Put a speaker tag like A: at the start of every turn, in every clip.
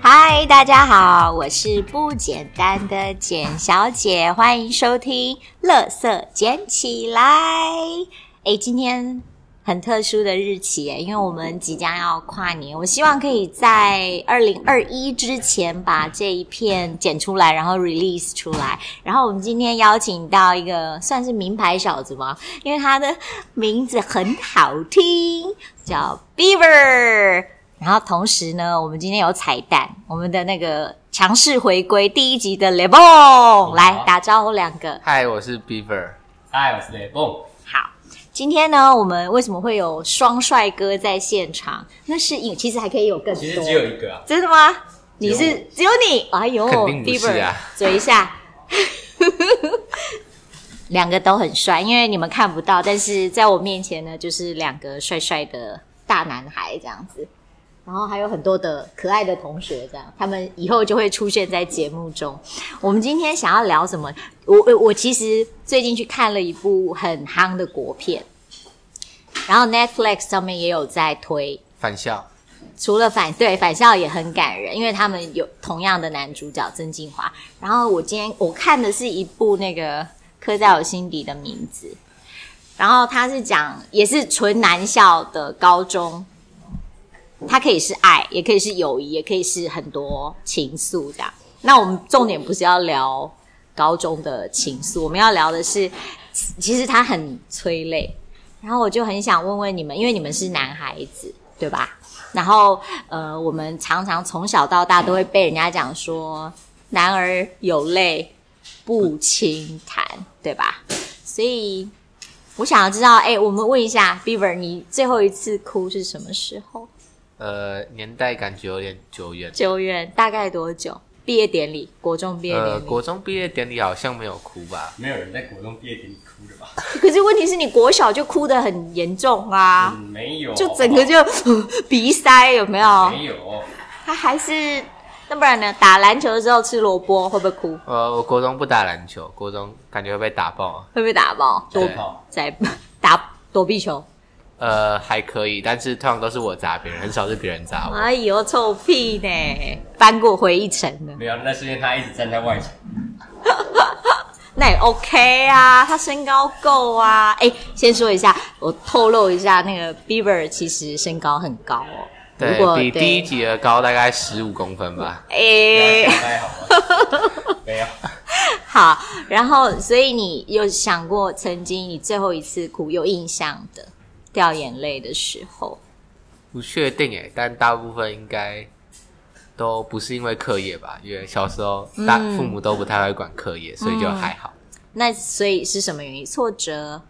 A: 嗨，大家好，我是不简单的简小姐，欢迎收听《乐色捡起来》。哎，今天很特殊的日期耶，因为我们即将要跨年，我希望可以在二零二一之前把这一片剪出来，然后 release 出来。然后我们今天邀请到一个算是名牌小子吗？因为他的名字很好听，叫 Beaver。然后同时呢，我们今天有彩蛋，我们的那个强势回归第一集的 l e b o n 来打招呼两个。
B: 嗨，我是 Beaver。
C: 嗨，我是雷蹦。
A: 好，今天呢，我们为什么会有双帅哥在现场？那是因其实还可以有更
C: 其实
A: 多
C: 只，有一个啊，
A: 真的吗？你
C: 有
A: 是只有你？哎呦
B: 肯定不是
A: ，Bieber，
B: 啊
A: 嘴一下， 两个都很帅，因为你们看不到，但是在我面前呢，就是两个帅帅的大男孩这样子。然后还有很多的可爱的同学，这样他们以后就会出现在节目中。我们今天想要聊什么？我我我其实最近去看了一部很夯的国片，然后 Netflix 上面也有在推，
B: 返校，
A: 除了返对返校也很感人，因为他们有同样的男主角曾敬华。然后我今天我看的是一部那个刻在我心底的名字，然后他是讲也是纯男校的高中，它可以是爱，也可以是友谊，也可以是很多情愫这样。那我们重点不是要聊高中的情愫，我们要聊的是，其其实它很催泪。然后我就很想问问你们，因为你们是男孩子，对吧？然后呃，我们常常从小到大都会被人家讲说“男儿有泪不轻弹”，对吧？所以我想要知道，哎、我们问一下 Beaver，你最后一次哭是什么时候？
B: 呃，年代感觉有点久远。
A: 九月大概多久？毕业典礼，国中毕业典礼。
B: 呃，国中毕业典礼好像没有哭吧？
C: 没有人在国中毕业典礼哭的吧？
A: 可是问题是你国小就哭得很严重啊，
C: 嗯，没有，
A: 就整个就 鼻塞，有没有？
C: 没有。
A: 他还是那不然呢？打篮球的时候吃萝卜会不会哭？
B: 呃，我国中不打篮球，国中感觉会被打爆啊。
A: 会不会打爆？躲
B: 对
C: 好，
A: 在打躲避球？
B: 呃，还可以，但是通常都是我砸别人，很少是别人砸我。
A: 哎呦，臭屁呢！翻过回一层了，
C: 没有，啊那是因为他一直站在外 层。
A: 那也 OK 啊，他身高够啊。哎、先说一下，我透露一下，那个 Bieber 其实身高很高哦。如
B: 对
A: 果
B: 比
A: 对
B: 第一集的高大概十五公分吧。
A: 诶、
C: 太好了，没有，
A: 哎 好，然后所以你有想过曾经你最后一次哭有印象的掉眼泪的时候？
B: 不确定诶，但大部分应该都不是因为课业吧，因为小时候大、
A: 嗯
B: 父母都不太会管课业，所以就还好。
A: 那所以是什么原因？挫折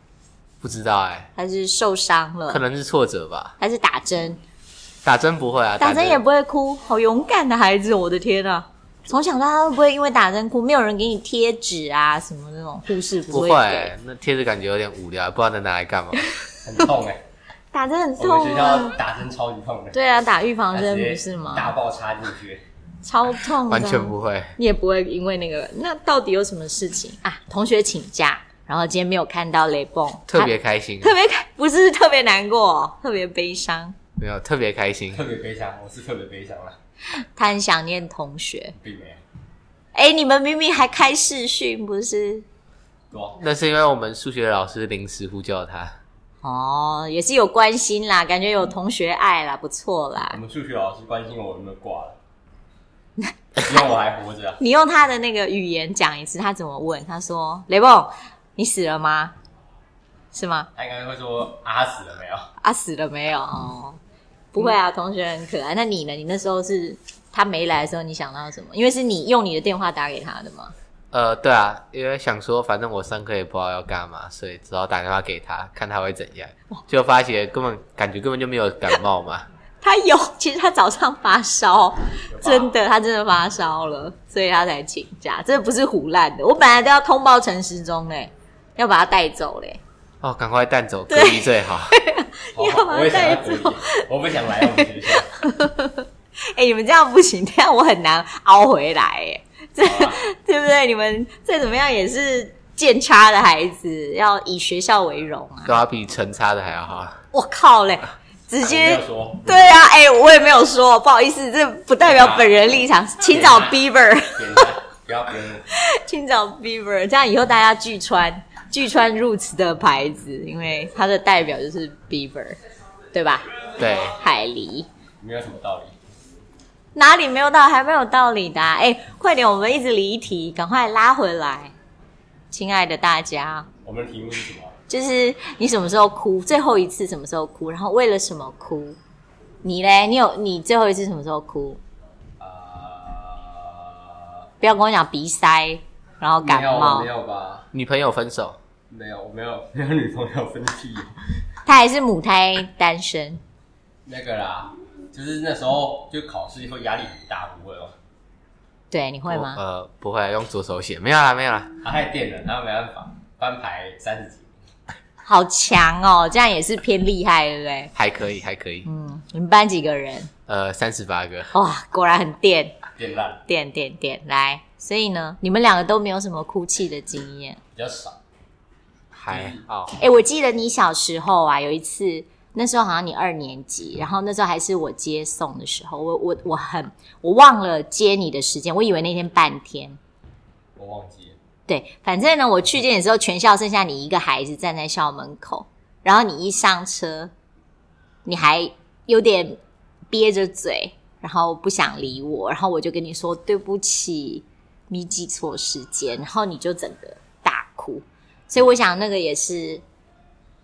B: 不知道诶，
A: 还是受伤
B: 可
A: 了，
B: 能是挫折吧。
A: 还是打针？
B: 打针不会啊，
A: 打针也不会哭，好勇敢的孩子，我的天啊！从小到大都不会因为打针哭，没有人给你贴纸啊什么那种，护士
B: 不
A: 不会
B: 会
A: 给。，
B: 那贴纸感觉有点无聊，不知道能拿 来干嘛。
C: 很痛哎。
A: 打针很
C: 我们
A: 痛
C: 学校
A: 啊！
C: 打针超级痛的，
A: 对啊，打预防
C: 他
A: 针
C: 直
A: 不
C: 接
A: 是吗？
C: 大爆插进去，
A: 超痛的，
B: 完全不会。
A: 你也不会因为那个，那到底有什么事情啊？同学请假，然后今天没有看到雷蹦，
B: 特别
A: 啊
B: 开心啊，
A: 特别开不是特别难过，哦特别悲伤，
B: 没有特别开心
C: 特，别悲伤。我是特别悲伤了，
A: 他很想念同学。
C: 并没有
A: 哎，你们明明还开视讯不是？
C: 多
B: 那是因为我们数学老师临时呼叫他，
A: 哦，也是有关心啦，感觉有同学爱啦，不错
C: 我
A: 啦。
C: 们数学老师关心我有没有挂 了，因为我还活着啊。
A: 你用他的那个语言讲一次，他怎么问？他说：“雷蹦，你死了吗？是吗？
C: 他应该会说啊死了没有？
A: 啊，死了没有？哦，不会啊，同学很可爱。那你呢？你那时候是他没来的时候，你想到什么？因为是你用你的电话打给他的嘛。
B: 呃，对啊，因为想说反正我上课也不知道要干嘛，所以只好打电话给他，看他会怎样。就发觉根本感觉根本就没有感 冒嘛，
A: 他有，其实他早上发烧，
C: 有吧
A: 真的，他真的发烧了，所以他才请假。这不是胡乱的，我本来都要通报陈时中嘞，要把他带走嘞。
B: 哦，赶快带走隔
A: 对
B: 离最好。
C: 好
A: 要把它
C: 我也想要
A: 带
C: 隔离
A: 走，
C: 我不想来我们学校。
A: 哎、你们这样不行，这样我很难熬回来哎，这
C: 好啊吧
A: 对不对？你们再怎么样也是健差的孩子，要以学校为荣啊。
B: 都要比成差的还要好。
A: 我靠嘞，直
C: 我没
A: 接
C: 有说，
A: 对啊，哎、我也没有说，不好意思，这不代表本人立
C: 啊
A: 场，请找 Bieber，
C: 别看，不要别人，
A: 请找 Bieber，这样以后大家拒穿拒穿 Roots 的牌子，因为它的代表就是 Bieber，对吧？
B: 对，
A: 海狸
C: 没有什么道理。
A: 哪里没有道，还没有道理的、啊，哎、快点，我们一直离题，赶快拉回来，亲爱的大家，
C: 我们的题目是什么？
A: 就是你什么时候哭？最后一次什么时候哭？然后为了什么哭？你嘞？你有你最后一次什么时候哭？
C: 啊、
A: 不要跟我讲鼻塞，然后感
C: 没有
A: 冒
C: 没，有吧？
B: 女朋友分手，
C: 没有，我没有没有女朋友分屁。
A: 他还是母胎单身。
C: 那个啦，就是那时候就考试会压力很大，不会哦。
A: 对，你会
B: 我
A: 吗？
B: 呃，不会，用左手写，没有啦，没有啦，
C: 他太电了，他没办法，翻牌三十几。
A: 好强哦，这样也是偏厉害，对不对？
B: 还可以，还可以，
A: 嗯，你们班几个人？
B: 呃，三十八个，
A: 哇，果然很电
C: 变烂了，
A: 电电电，来。所以呢，你们两个都没有什么哭泣的经验。
C: 比较少。
B: 还哦好，
A: 哎、我记得你小时候啊，有一次，那时候好像你二年级，然后那时候还是我接送的时候，我我我很我忘了接你的时间，我以为那天半天。
C: 我忘记了，
A: 对，反正呢，我去接你的时候，全校剩下你一个孩子站在校门口，然后你一上车，你还有点憋着嘴，然后不想理我，然后我就跟你说对不起，你记错时间，然后你就整个大哭，所以我想那个也是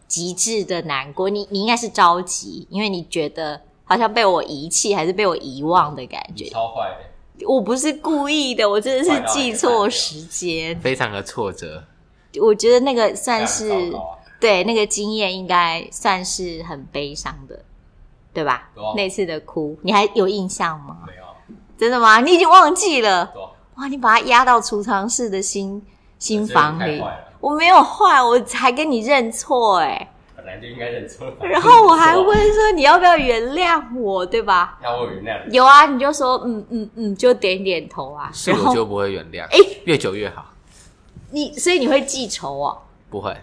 A: 极致的难过，你你应该是着急，因为你觉得好像被我遗弃还是被我遗忘的感
C: 你
A: 觉，
C: 超坏的。
A: 我不是故意的，我真的是记错时间。
B: 非常的挫折，
A: 我觉得那个算
C: 这样
A: 是
C: 很糟糕啊
A: 对那个经验，应该算是很悲伤的，对吧？
C: 对啊
A: 那次的哭，你还有印象吗？
C: 没有，
A: 真的吗？你已经忘记了？
C: 对啊，
A: 哇，你把它压到储藏室的新新房
C: 这
A: 里
C: 太坏，了，
A: 我没有坏，我还跟你认错哎、
C: 本来就应该认错。
A: 然后我还问说你要不要原谅我，对吧？
C: 要我原谅你，
A: 有啊，你就说嗯嗯嗯，就点点头啊。
B: 是
A: 然
B: 我
A: 后
B: 就不会原谅，
A: 哎
B: 越久越好，
A: 你，所以你会记仇哦？
B: 不会，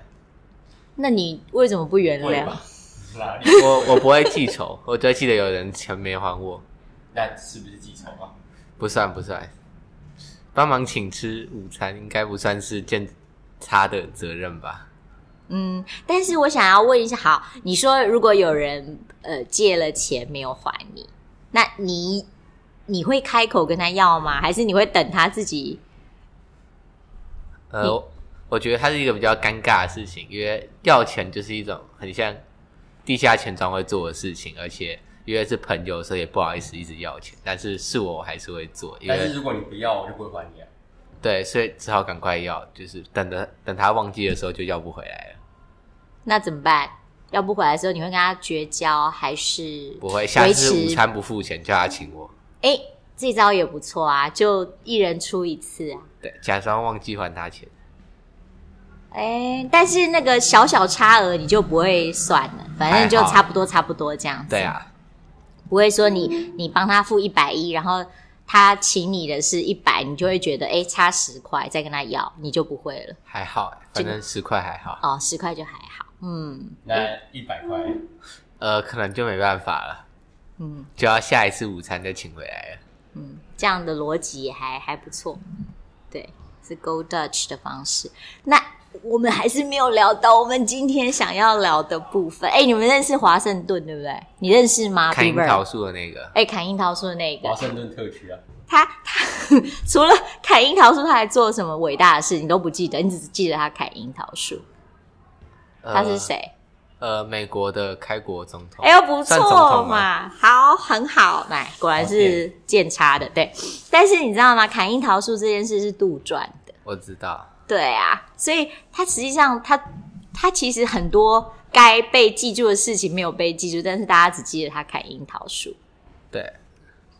A: 那你为什么不原
C: 会
A: 谅？
C: 吧？哪里？
B: 我我不会记 仇，我只会记得有人钱没还我，
C: 那是不是记仇啊？
B: 不算不算，帮忙请吃午餐应该不算是件差的责任吧？
A: 嗯，但是我想要问一下，好，你说如果有人呃借了钱没有还你，那你你会开口跟他要吗？还是你会等他自己？嗯
B: 呃，我我觉得它是一个比较尴尬的事情，因为要钱就是一种很像地下钱庄会做的事情，而且因为是朋友，所以也不好意思一直要钱。但是是我，我还是会做，因
C: 但是
B: 为
C: 如果你不要，我就不会还你啊。
B: 对，所以只好赶快要，就是等着等他忘记的时候就要不回来了。
A: 那怎么办？要不回来的时候，你会跟他绝交，还是
B: 不会，下
A: 维
B: 次午
A: 持？
B: 餐不付钱叫他请我，
A: 哎，这招也不错啊，就一人出一次啊。
B: 对，假装忘记还他钱，
A: 哎，但是那个小小差额你就不会算了，反正就
B: 还好
A: 差不多差不多这样子。
B: 对啊，
A: 不会说你你帮他付一百一，然后他请你的是一百，你就会觉得哎差十块，再跟他要，你就不会了。
B: 还好，反正十块还好，
A: 哦，十块就还好，嗯
C: 那一百块，
B: 呃，可能就没办法了，
A: 嗯
B: 就要下一次午餐再请回来了。
A: 嗯，这样的逻辑还还不错，对，是 Go Dutch 的方式。那我们还是没有聊到我们今天想要聊的部分。哎，你们认识华盛顿对不对？你认识吗？
B: 看樱
A: Bieber
B: 桃树的那个，
A: 哎，砍樱桃树的那个
C: 华，盛顿特区啊，
A: 他他除了砍樱桃树，他还做了什么伟大的事？你都不记得，你只记得他砍樱桃树。
B: 呃
A: 他是谁？
B: 呃，美国的开国总统。
A: 哎呦，不
B: 算总
A: 错
B: 统啊
A: 嘛，好，很好，来，果然是见差的，对。但是你知道吗？砍樱桃树这件事是杜撰的，
B: 我知道，
A: 对啊，所以他实际上他他其实很多该被记住的事情没有被记住，但是大家只记得他砍樱桃树。
B: 对，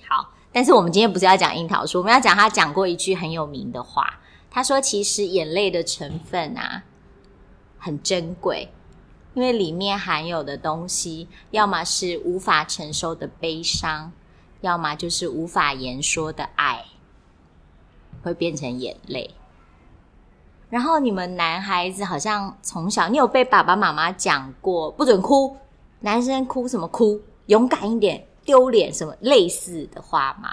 A: 好，但是我们今天不是要讲樱桃树，我们要讲他讲过一句很有名的话。他说：“其实眼泪的成分啊，很珍贵，因为里面含有的东西，要么是无法承受的悲伤，要么就是无法言说的爱，会变成眼泪。”然后你们男孩子好像从小，你有被爸爸妈妈讲过不准哭，男生哭什么哭，勇敢一点，丢脸什么类似的话吗？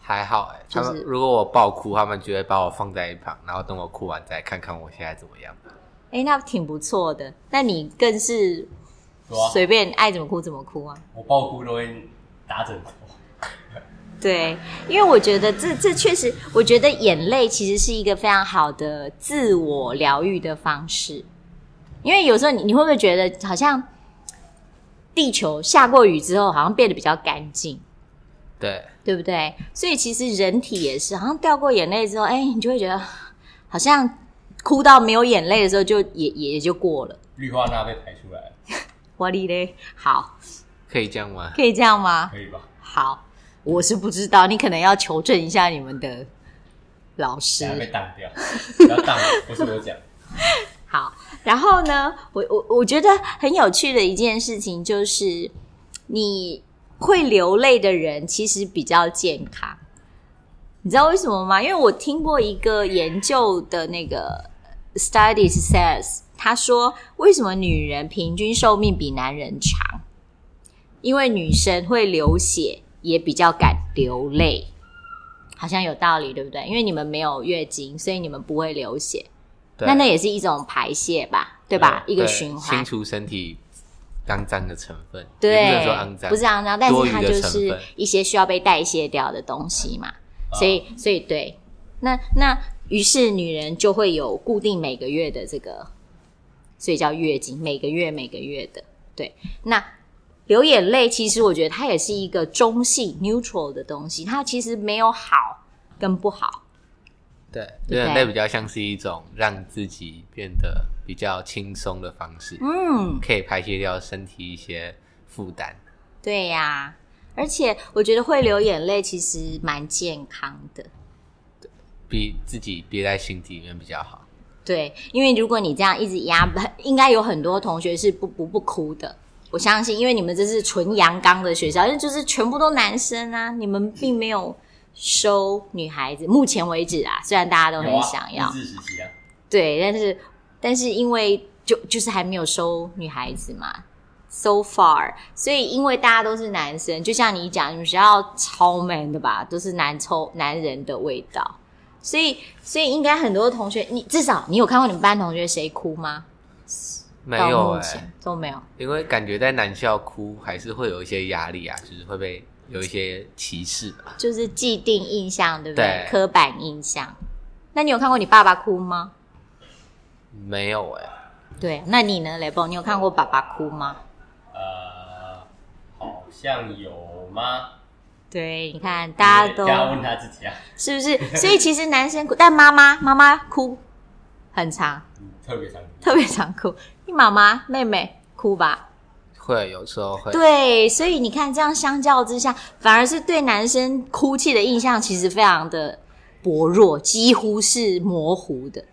B: 还好哎、
A: 就
B: 他
A: 是
B: 们如果我爆哭，他们就会把我放在一旁，然后等我哭完再看看我现在怎么样。
A: 哎、那挺不错的。那你更是
C: 对啊，
A: 随便爱怎么哭怎么哭啊？
C: 我爆哭都会打枕头，
A: 对，因为我觉得这这确实，我觉得眼泪其实是一个非常好的自我疗愈的方式。因为有时候你你会不会觉得好像地球下过雨之后，好像变得比较干净，
B: 对，
A: 对不对？所以其实人体也是，好像掉过眼泪之后，哎，你就会觉得好像哭到没有眼泪的时候就，也也也就过了。
C: 氯化钠被排出来了，
A: 我哩嘞，好，
B: 可以这样吗？
A: 可以这样吗？
C: 可以吧？
A: 好，我是不知道，你可能要求证一下你们的老师
C: 等。下被当 掉，不要当我，不是我讲，
A: 好，然后呢，我我我觉得很有趣的一件事情就是，你会流泪的人其实比较健康，你知道为什么吗？因为我听过一个研究的那个 studies says，他说为什么女人平均寿命比男人长？因为女生会流血，也比较敢流泪，好像有道理，对不对？因为你们没有月经，所以你们不会流血。
B: 对
A: 那那也是一种排泄吧，对吧？一个
B: 嗯对
A: 循
B: 清
A: 环，
B: 除身体肮脏的成分，也不能
A: 对
B: 说肮，脏，
A: 不是肮脏，但
B: 多
A: 是
B: 余
A: 它
B: 的
A: 就
B: 成
A: 是
B: 分啊
A: 一些需要被代谢掉的东西嘛。所以，所以对，那那于是女人就会有固定每个月的这个，所以叫月经，每个月每个月的。对，那流眼泪其实我觉得它也是一个中性 neutral 的东西，它其实没有好跟不好。
B: 对，
A: 对
B: 流眼泪比较像是一种让自己变得比较轻松的方式，
A: 嗯，
B: 可以排泄掉身体一些负担。
A: 对呀、而且我觉得会流眼泪其实蛮健康的。
B: 逼自己憋在心底里面比较好。
A: 对，因为如果你这样一直压，应该有很多同学是不不不哭的。我相信，因为你们这是纯阳刚的学校，因为就是全部都男生啊，你们并没有收女孩子。目前为止啊，虽然大家都
C: 有
A: 很
C: 啊
A: 想要，
C: 日治时期啊，
A: 对，但是但是因为就就是还没有收女孩子嘛，so far，所以因为大家都是男生，就像你讲，你们学校超 man 的吧，都是男抽男人的味道，所以所以应该很多同学，你至少你有看过你们班同学谁哭吗？
B: 没
A: 到
B: 有
A: 目
B: 哎、
A: 前都没有。
B: 因为感觉在男校哭还是会有一些压力啊，就是会被有一些歧视啊。
A: 就是既定印象，对不对？
B: 对
A: 刻板印象。那你有看过你爸爸哭吗？
B: 没有哎、
A: 对，那你呢，雷梦？你有看过爸爸哭吗？
C: 呃，好像有吗？
A: 对，你看大家都
C: 你要问他自己啊，
A: 是不是？所以其实男生哭，但妈妈妈妈哭很长，
C: 嗯特别想听
A: 特别常哭。你妈妈妹妹哭吧？
B: 会有时候会。
A: 对，所以你看，这样相较之下，反而是对男生哭泣的印象其实非常的薄弱，几乎是模糊的。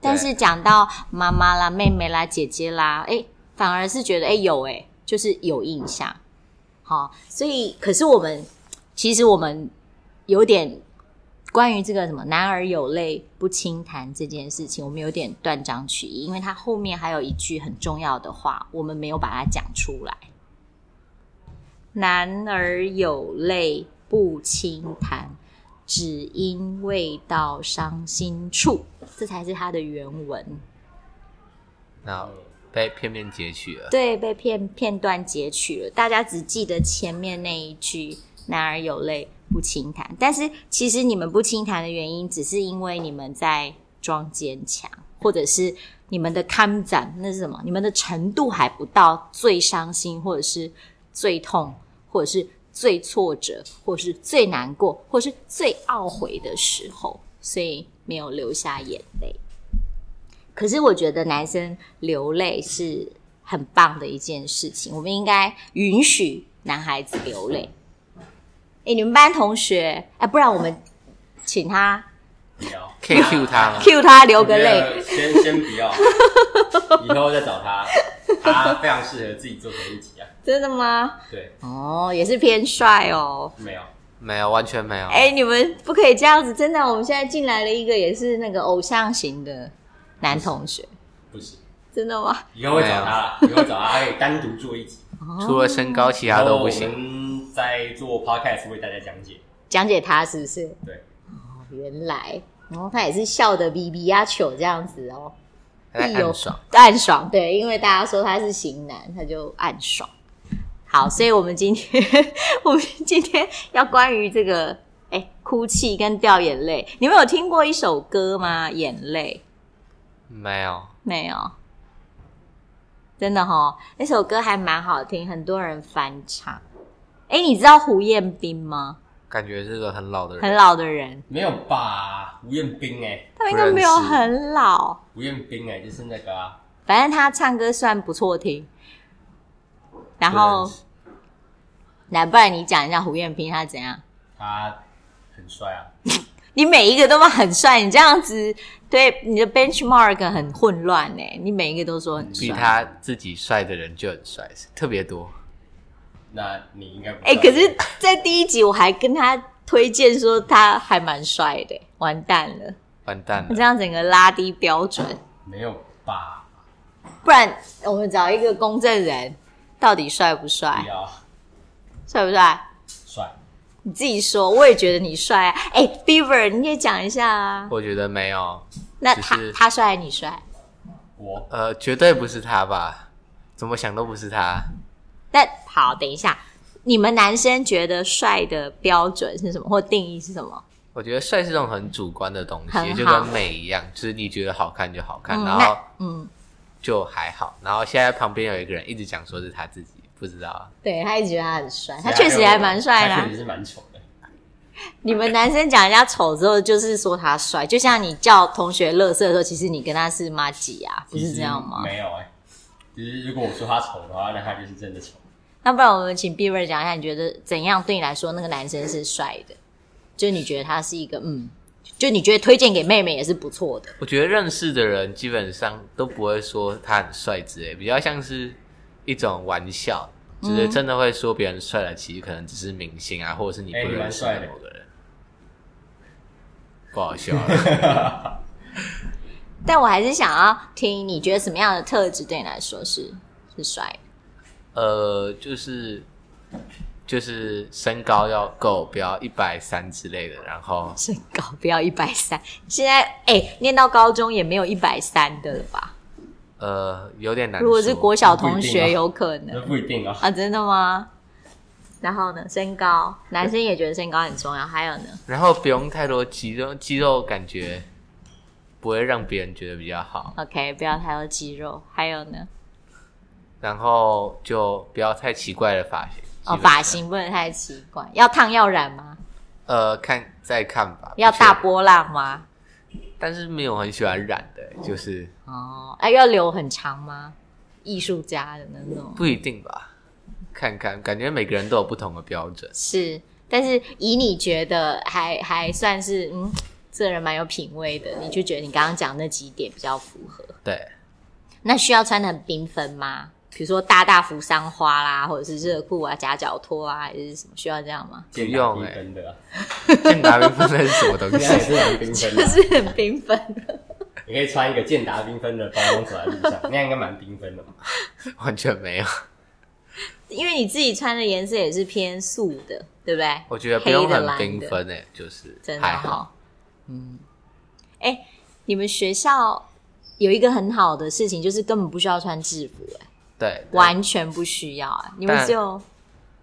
A: 但是讲到妈妈啦、妹妹啦、姐姐啦，哎，反而是觉得哎有哎，就是有印象。好，所以可是我们其实我们有点关于这个什么“男儿有泪不轻弹”这件事情，我们有点断章取义，因为它后面还有一句很重要的话，我们没有把它讲出来。男儿有泪不轻弹，只因未到伤心处，这才是他的原文。
B: 然后被片面截取了。
A: 对，被片片段截取了，大家只记得前面那一句“男儿有泪不轻弹”，但是其实你们不轻弹的原因，只是因为你们在装坚强，或者是你们的看展那是什么？你们的程度还不到最伤心，或者是最痛，或者是最挫折，或者是最难过，或者是最懊悔的时候，所以没有流下眼泪。可是我觉得男生流泪是很棒的一件事情，我们应该允许男孩子流泪。哎，你们班同学，哎，不然我们请他
C: 不要。
B: 可以 Q 他吗？
A: Q 他流
C: 我
A: 个
C: 觉
A: 泪。
C: 得先先不 要，以后再找他，他非常适合自己做成一集啊。
A: 真的吗？
C: 对，
A: 哦，也是偏帅哦。
C: 没有，
B: 没有，完全没有。
A: 哎、你们不可以这样子，真的。我们现在进来了一个也是那个偶像型的男同学，
C: 不行，
A: 真的吗？
B: 哎
C: 以后会找他啦，以后会找他，他可以单独做一集。
B: 除了身高，其他都不行。
C: 然后我们在做 podcast 为大家讲解，
A: 讲解他是不是？
C: 对，
A: 哦，原来，然后他也是笑的比比呀糗这样子哦，
B: 他在暗爽，
A: 暗爽，对，因为大家说他是型男，他就暗爽。好，所以我们今天我们今天要关于这个哎、哭泣跟掉眼泪，你们有听过一首歌吗？眼泪
B: 没有，
A: 没有，真的哈，那首歌还蛮好听，很多人翻唱。哎、你知道胡彦斌吗？
B: 感觉是个很老的人。
A: 很老的人，
C: 没有吧？吴彦斌哎，
A: 他们应该没有很老，
C: 吴彦斌哎，就是那个啊，
A: 反正他唱歌算不错听。然后，来，不然你讲一下胡彦斌他怎样？
C: 他很帅啊，
A: 你每一个都很帅，你这样子对你的 benchmark 很混乱呢、你每一个都说很
B: 比
A: 帅，
B: 他自己帅的人就很帅，特别多。
C: 那你应该不知道
A: 哎、可是，在第一集我还跟他推荐说他还蛮帅的、完蛋了，
B: 完蛋
A: 我这
B: 了，
A: 样整个拉低标准。
C: 没有吧？
A: 不然我们找一个公证人，到底帅不帅
C: 不？要
A: 帅不帅？
C: 帅，
A: 你自己说，我也觉得你帅、啊。哎、b e a v e r 你也讲一下啊。
B: 我觉得没有，
A: 那
B: 只
A: 他
B: 是
A: 他帅还是你帅？
C: 我
B: 呃，绝对不是他吧？怎么想都不是他。
A: 那好，等一下，你们男生觉得帅的标准是什么，或定义是什么？
B: 我觉得帅是这种很主观的东西，
A: 很好
B: 就跟美一样，就是你觉得好看就好看，
A: 嗯，
B: 然后
A: 那嗯，
B: 就还好。然后现在旁边有一个人一直讲说是他自己，不知道啊。
A: 对他一直觉得他很帅，他确实还蛮帅啊
C: 他
A: 啦
C: 确。实是蛮丑的。
A: 你们男生讲人家丑之后，就是说他帅，就像你叫同学乐色的时候，其实你跟他是妈几啊，不
C: 其
A: 是
C: 实
A: 这样吗？
C: 没有哎、就是如果我说他丑的话，那他就是真的丑。
A: 那不然我们请 b e a v e r 讲一下，你觉得怎样对你来说那个男生是帅的？就你觉得他是一个嗯，就你觉得推荐给妹妹也是不错的。
B: 我觉得认识的人基本上都不会说他很帅之类，比较像是一种玩笑，
A: 嗯
B: 就是真的会说别人帅的，其实可能只是明星啊，或者是你
C: 哎
B: 不
C: 你
B: 认
C: 蛮
B: 识
C: 帅
B: 的
C: 的
B: 某个人。不好笑 啊，
A: 但我还是想要听，你觉得什么样的特质对你来说是是帅的？
B: 呃，就是就是身高要够，不要一百三之类的，然后
A: 身高不要一百三， 现在哎、念到高中也没有一百三的了吧？
B: 呃有点难说。
A: 如果是国小同
C: 哎不一定啊
A: 学，有可能
C: 那不一定啊，
A: 啊，真的吗？然后呢，身高，男生也觉得身高很重要。还有呢，
B: 然后不用太多肌肉，肌肉感觉不会让别人觉得比较好。
A: OK，不要太多肌肉。还有呢，
B: 然后就不要太奇怪的发型
A: 哦，
B: 基本上
A: 发型不能太奇怪，要烫要染吗？
B: 呃看再看吧，
A: 要
B: 不
A: 大
B: 确定，
A: 波浪吗？
B: 但是没有很喜欢染的、
A: 嗯
B: 就是
A: 哦，哎、要留很长吗？艺术家的那种
B: 不一定吧，看看感觉每个人都有不同的标准，
A: 是，但是以你觉得还还算是嗯，这人蛮有品味的，你就觉得你刚刚讲那几点比较符合。
B: 对，
A: 那需要穿的很缤纷吗？比如说大大扶桑花啦，或者是热裤啊、夹脚拖啊，还是什么需要这样吗？
B: 不用哎
C: 哎、真的啊，
B: 健达缤纷那是什么东
C: 应该
B: 西？
C: 是蛮缤纷
A: 就
C: 的。啊
A: 是很缤纷，
C: 你可以穿一个健达缤纷的包装走在路 上，那样应该蛮缤纷的吧。
B: 完全没有，
A: 因为你自己穿的颜色也是偏素的，对不对？
B: 我觉得不用
A: 黑的
B: 很
A: 蓝
B: 缤
A: 的
B: 纷哎，就是
A: 真的
B: 还
A: 哈、
B: 好。
A: 嗯，哎、你们学校有一个很好的事情，就是根本不需要穿制服、哎，
B: 对，对
A: 完全不需要、哎，你们
B: 但
A: 只有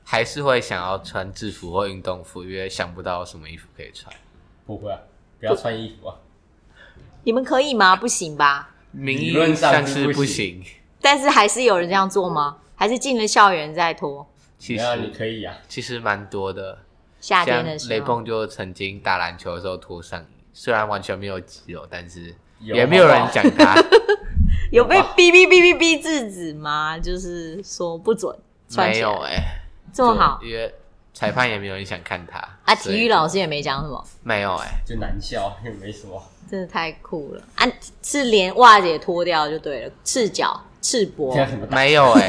B: 还是会想要穿制服或运动服，因为想不到什么衣服可以穿。
C: 不会啊，不要穿衣服啊。
A: 你们可以吗？不行吧？
B: 名
C: 理论
B: 义
C: 上
B: 上
C: 是
B: 是
C: 不
B: 不行，
A: 但是还是有人这样做吗？还是进了校园再脱？
B: 其
C: 然后你
B: 实
C: 可以啊，
B: 其实蛮多的。
A: 夏天
B: 像
A: 的时候，
B: 雷鹏就曾经打篮球的时候脱上衣，虽然完全没有肌肉，但是
C: 有
B: 也没有人讲他
A: 有被哔哔哔哔哔制止吗？就是说不准 穿
B: 没
A: 起来
B: 有哎、
A: 这么好
B: 就因为裁判也没有人想看他
A: 啊！
B: 所
A: 体
B: 以
A: 育老师也没讲什么，
B: 没有哎、
C: 就难笑，又没什么。
A: 真的太酷了啊！是连袜子也脱掉就对了，赤脚赤
C: 这
A: 膊，
C: 样怎么打？
B: 没有 哎、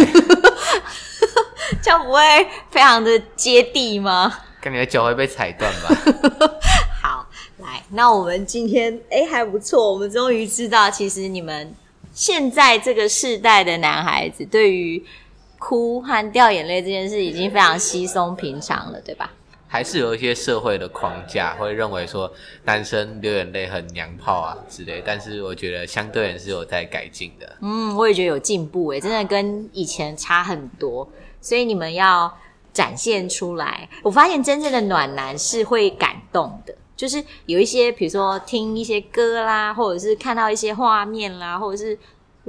A: 这样不会非常的接地吗？
B: 感觉脚会被踩断吧？
A: 好，来，那我们今天哎还不错，我们终于知道，其实你们现在这个世代的男孩子对于哭和掉眼泪这件事已经非常稀松平常了，对吧？
B: 还是有一些社会的框架会认为说男生流眼泪很娘炮啊之类，但是我觉得相对也是有在改进的。
A: 嗯，我也觉得有进步诶，真的跟以前差很多，所以你们要展现出来。我发现真正的暖男是会感动的，就是有一些，比如说听一些歌啦，或者是看到一些画面啦，或者是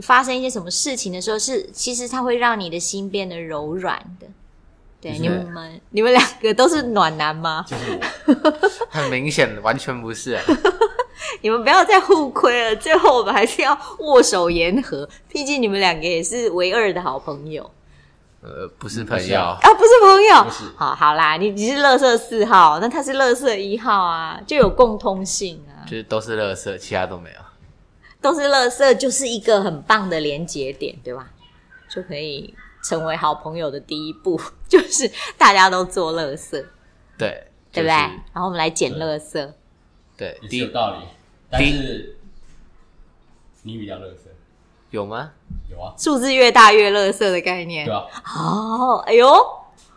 A: 发生一些什么事情的时候，是其实它会让你的心变得柔软的。对，
B: 是
A: 你们你们两个都是暖男吗？
C: 就是我
B: 很明显，完全不是、啊。
A: 你们不要再互亏了，最后我们还是要握手言和，毕竟你们两个也是唯二的好朋友。
B: 呃，不是朋
C: 不是
B: 友
C: 啊，
A: 啊，不是朋友，
C: 不是
A: 好好啦，你你是乐色四号，那他是乐色一号啊，就有共通性啊，
B: 就是都是垃圾，其他都没有。
A: 都是乐色，就是一个很棒的连接点，对吧？就可以成为好朋友的第一步， 就是大家都做乐色，
B: 对，
A: 对不对？
B: 就是
A: 然后我们来捡乐色，
B: 对，
C: 也是
B: 第
C: 有
B: 一
C: 道理，但是你比较乐色，
B: 有吗？
C: 有啊，
A: 数字越大越乐色的概念
C: 对。啊吧？
A: 哦，哎呦，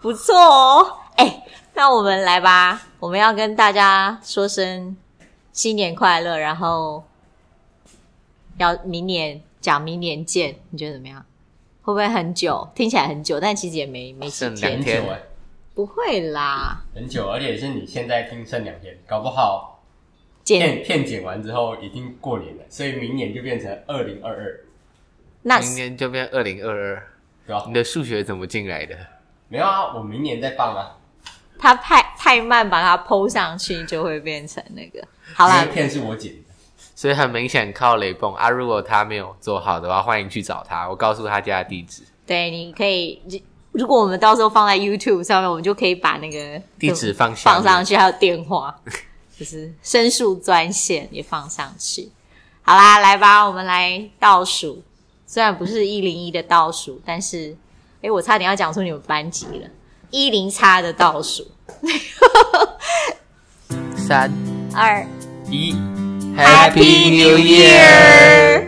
A: 不错哦，哎，那我们来吧，我们要跟大家说声新年快乐，然后要明年讲明年见，你觉得怎么样？会不会很久？听起来很久，但其实也没没几
B: 剩
A: 天
B: 两
C: 很，
B: 天
C: 久哎，
A: 不会啦，
C: 很久，而且是你现在听剩两天，搞不好
A: 见
C: 片片剪完之后已经过年了，所以明年就变成二零二二，
A: 那
B: 明年就变二零二二。
C: 对吧
B: 你？的数学怎么进来的？
C: 没有啊，我明年再放啊。
A: 他太太慢把它剖上去，就会变成那个。好啦
C: 因为，片是我剪的，
B: 所以很明显靠雷蹦啊！如果他没有做好的话，欢迎去找他，我告诉他家的地址。
A: 对，你可以，如果我们到时候放在 YouTube 上面，我们就可以把那个
B: 地址放下
A: 放
B: 面
A: 上去，还有电话，就是申诉专线也放上去。好啦，来吧，我们来倒数，虽然不是一零一的倒数，但是，诶，我差点要讲出你们班级了，一零叉的倒数，
B: 三
A: 二
B: 一
A: Happy New Year。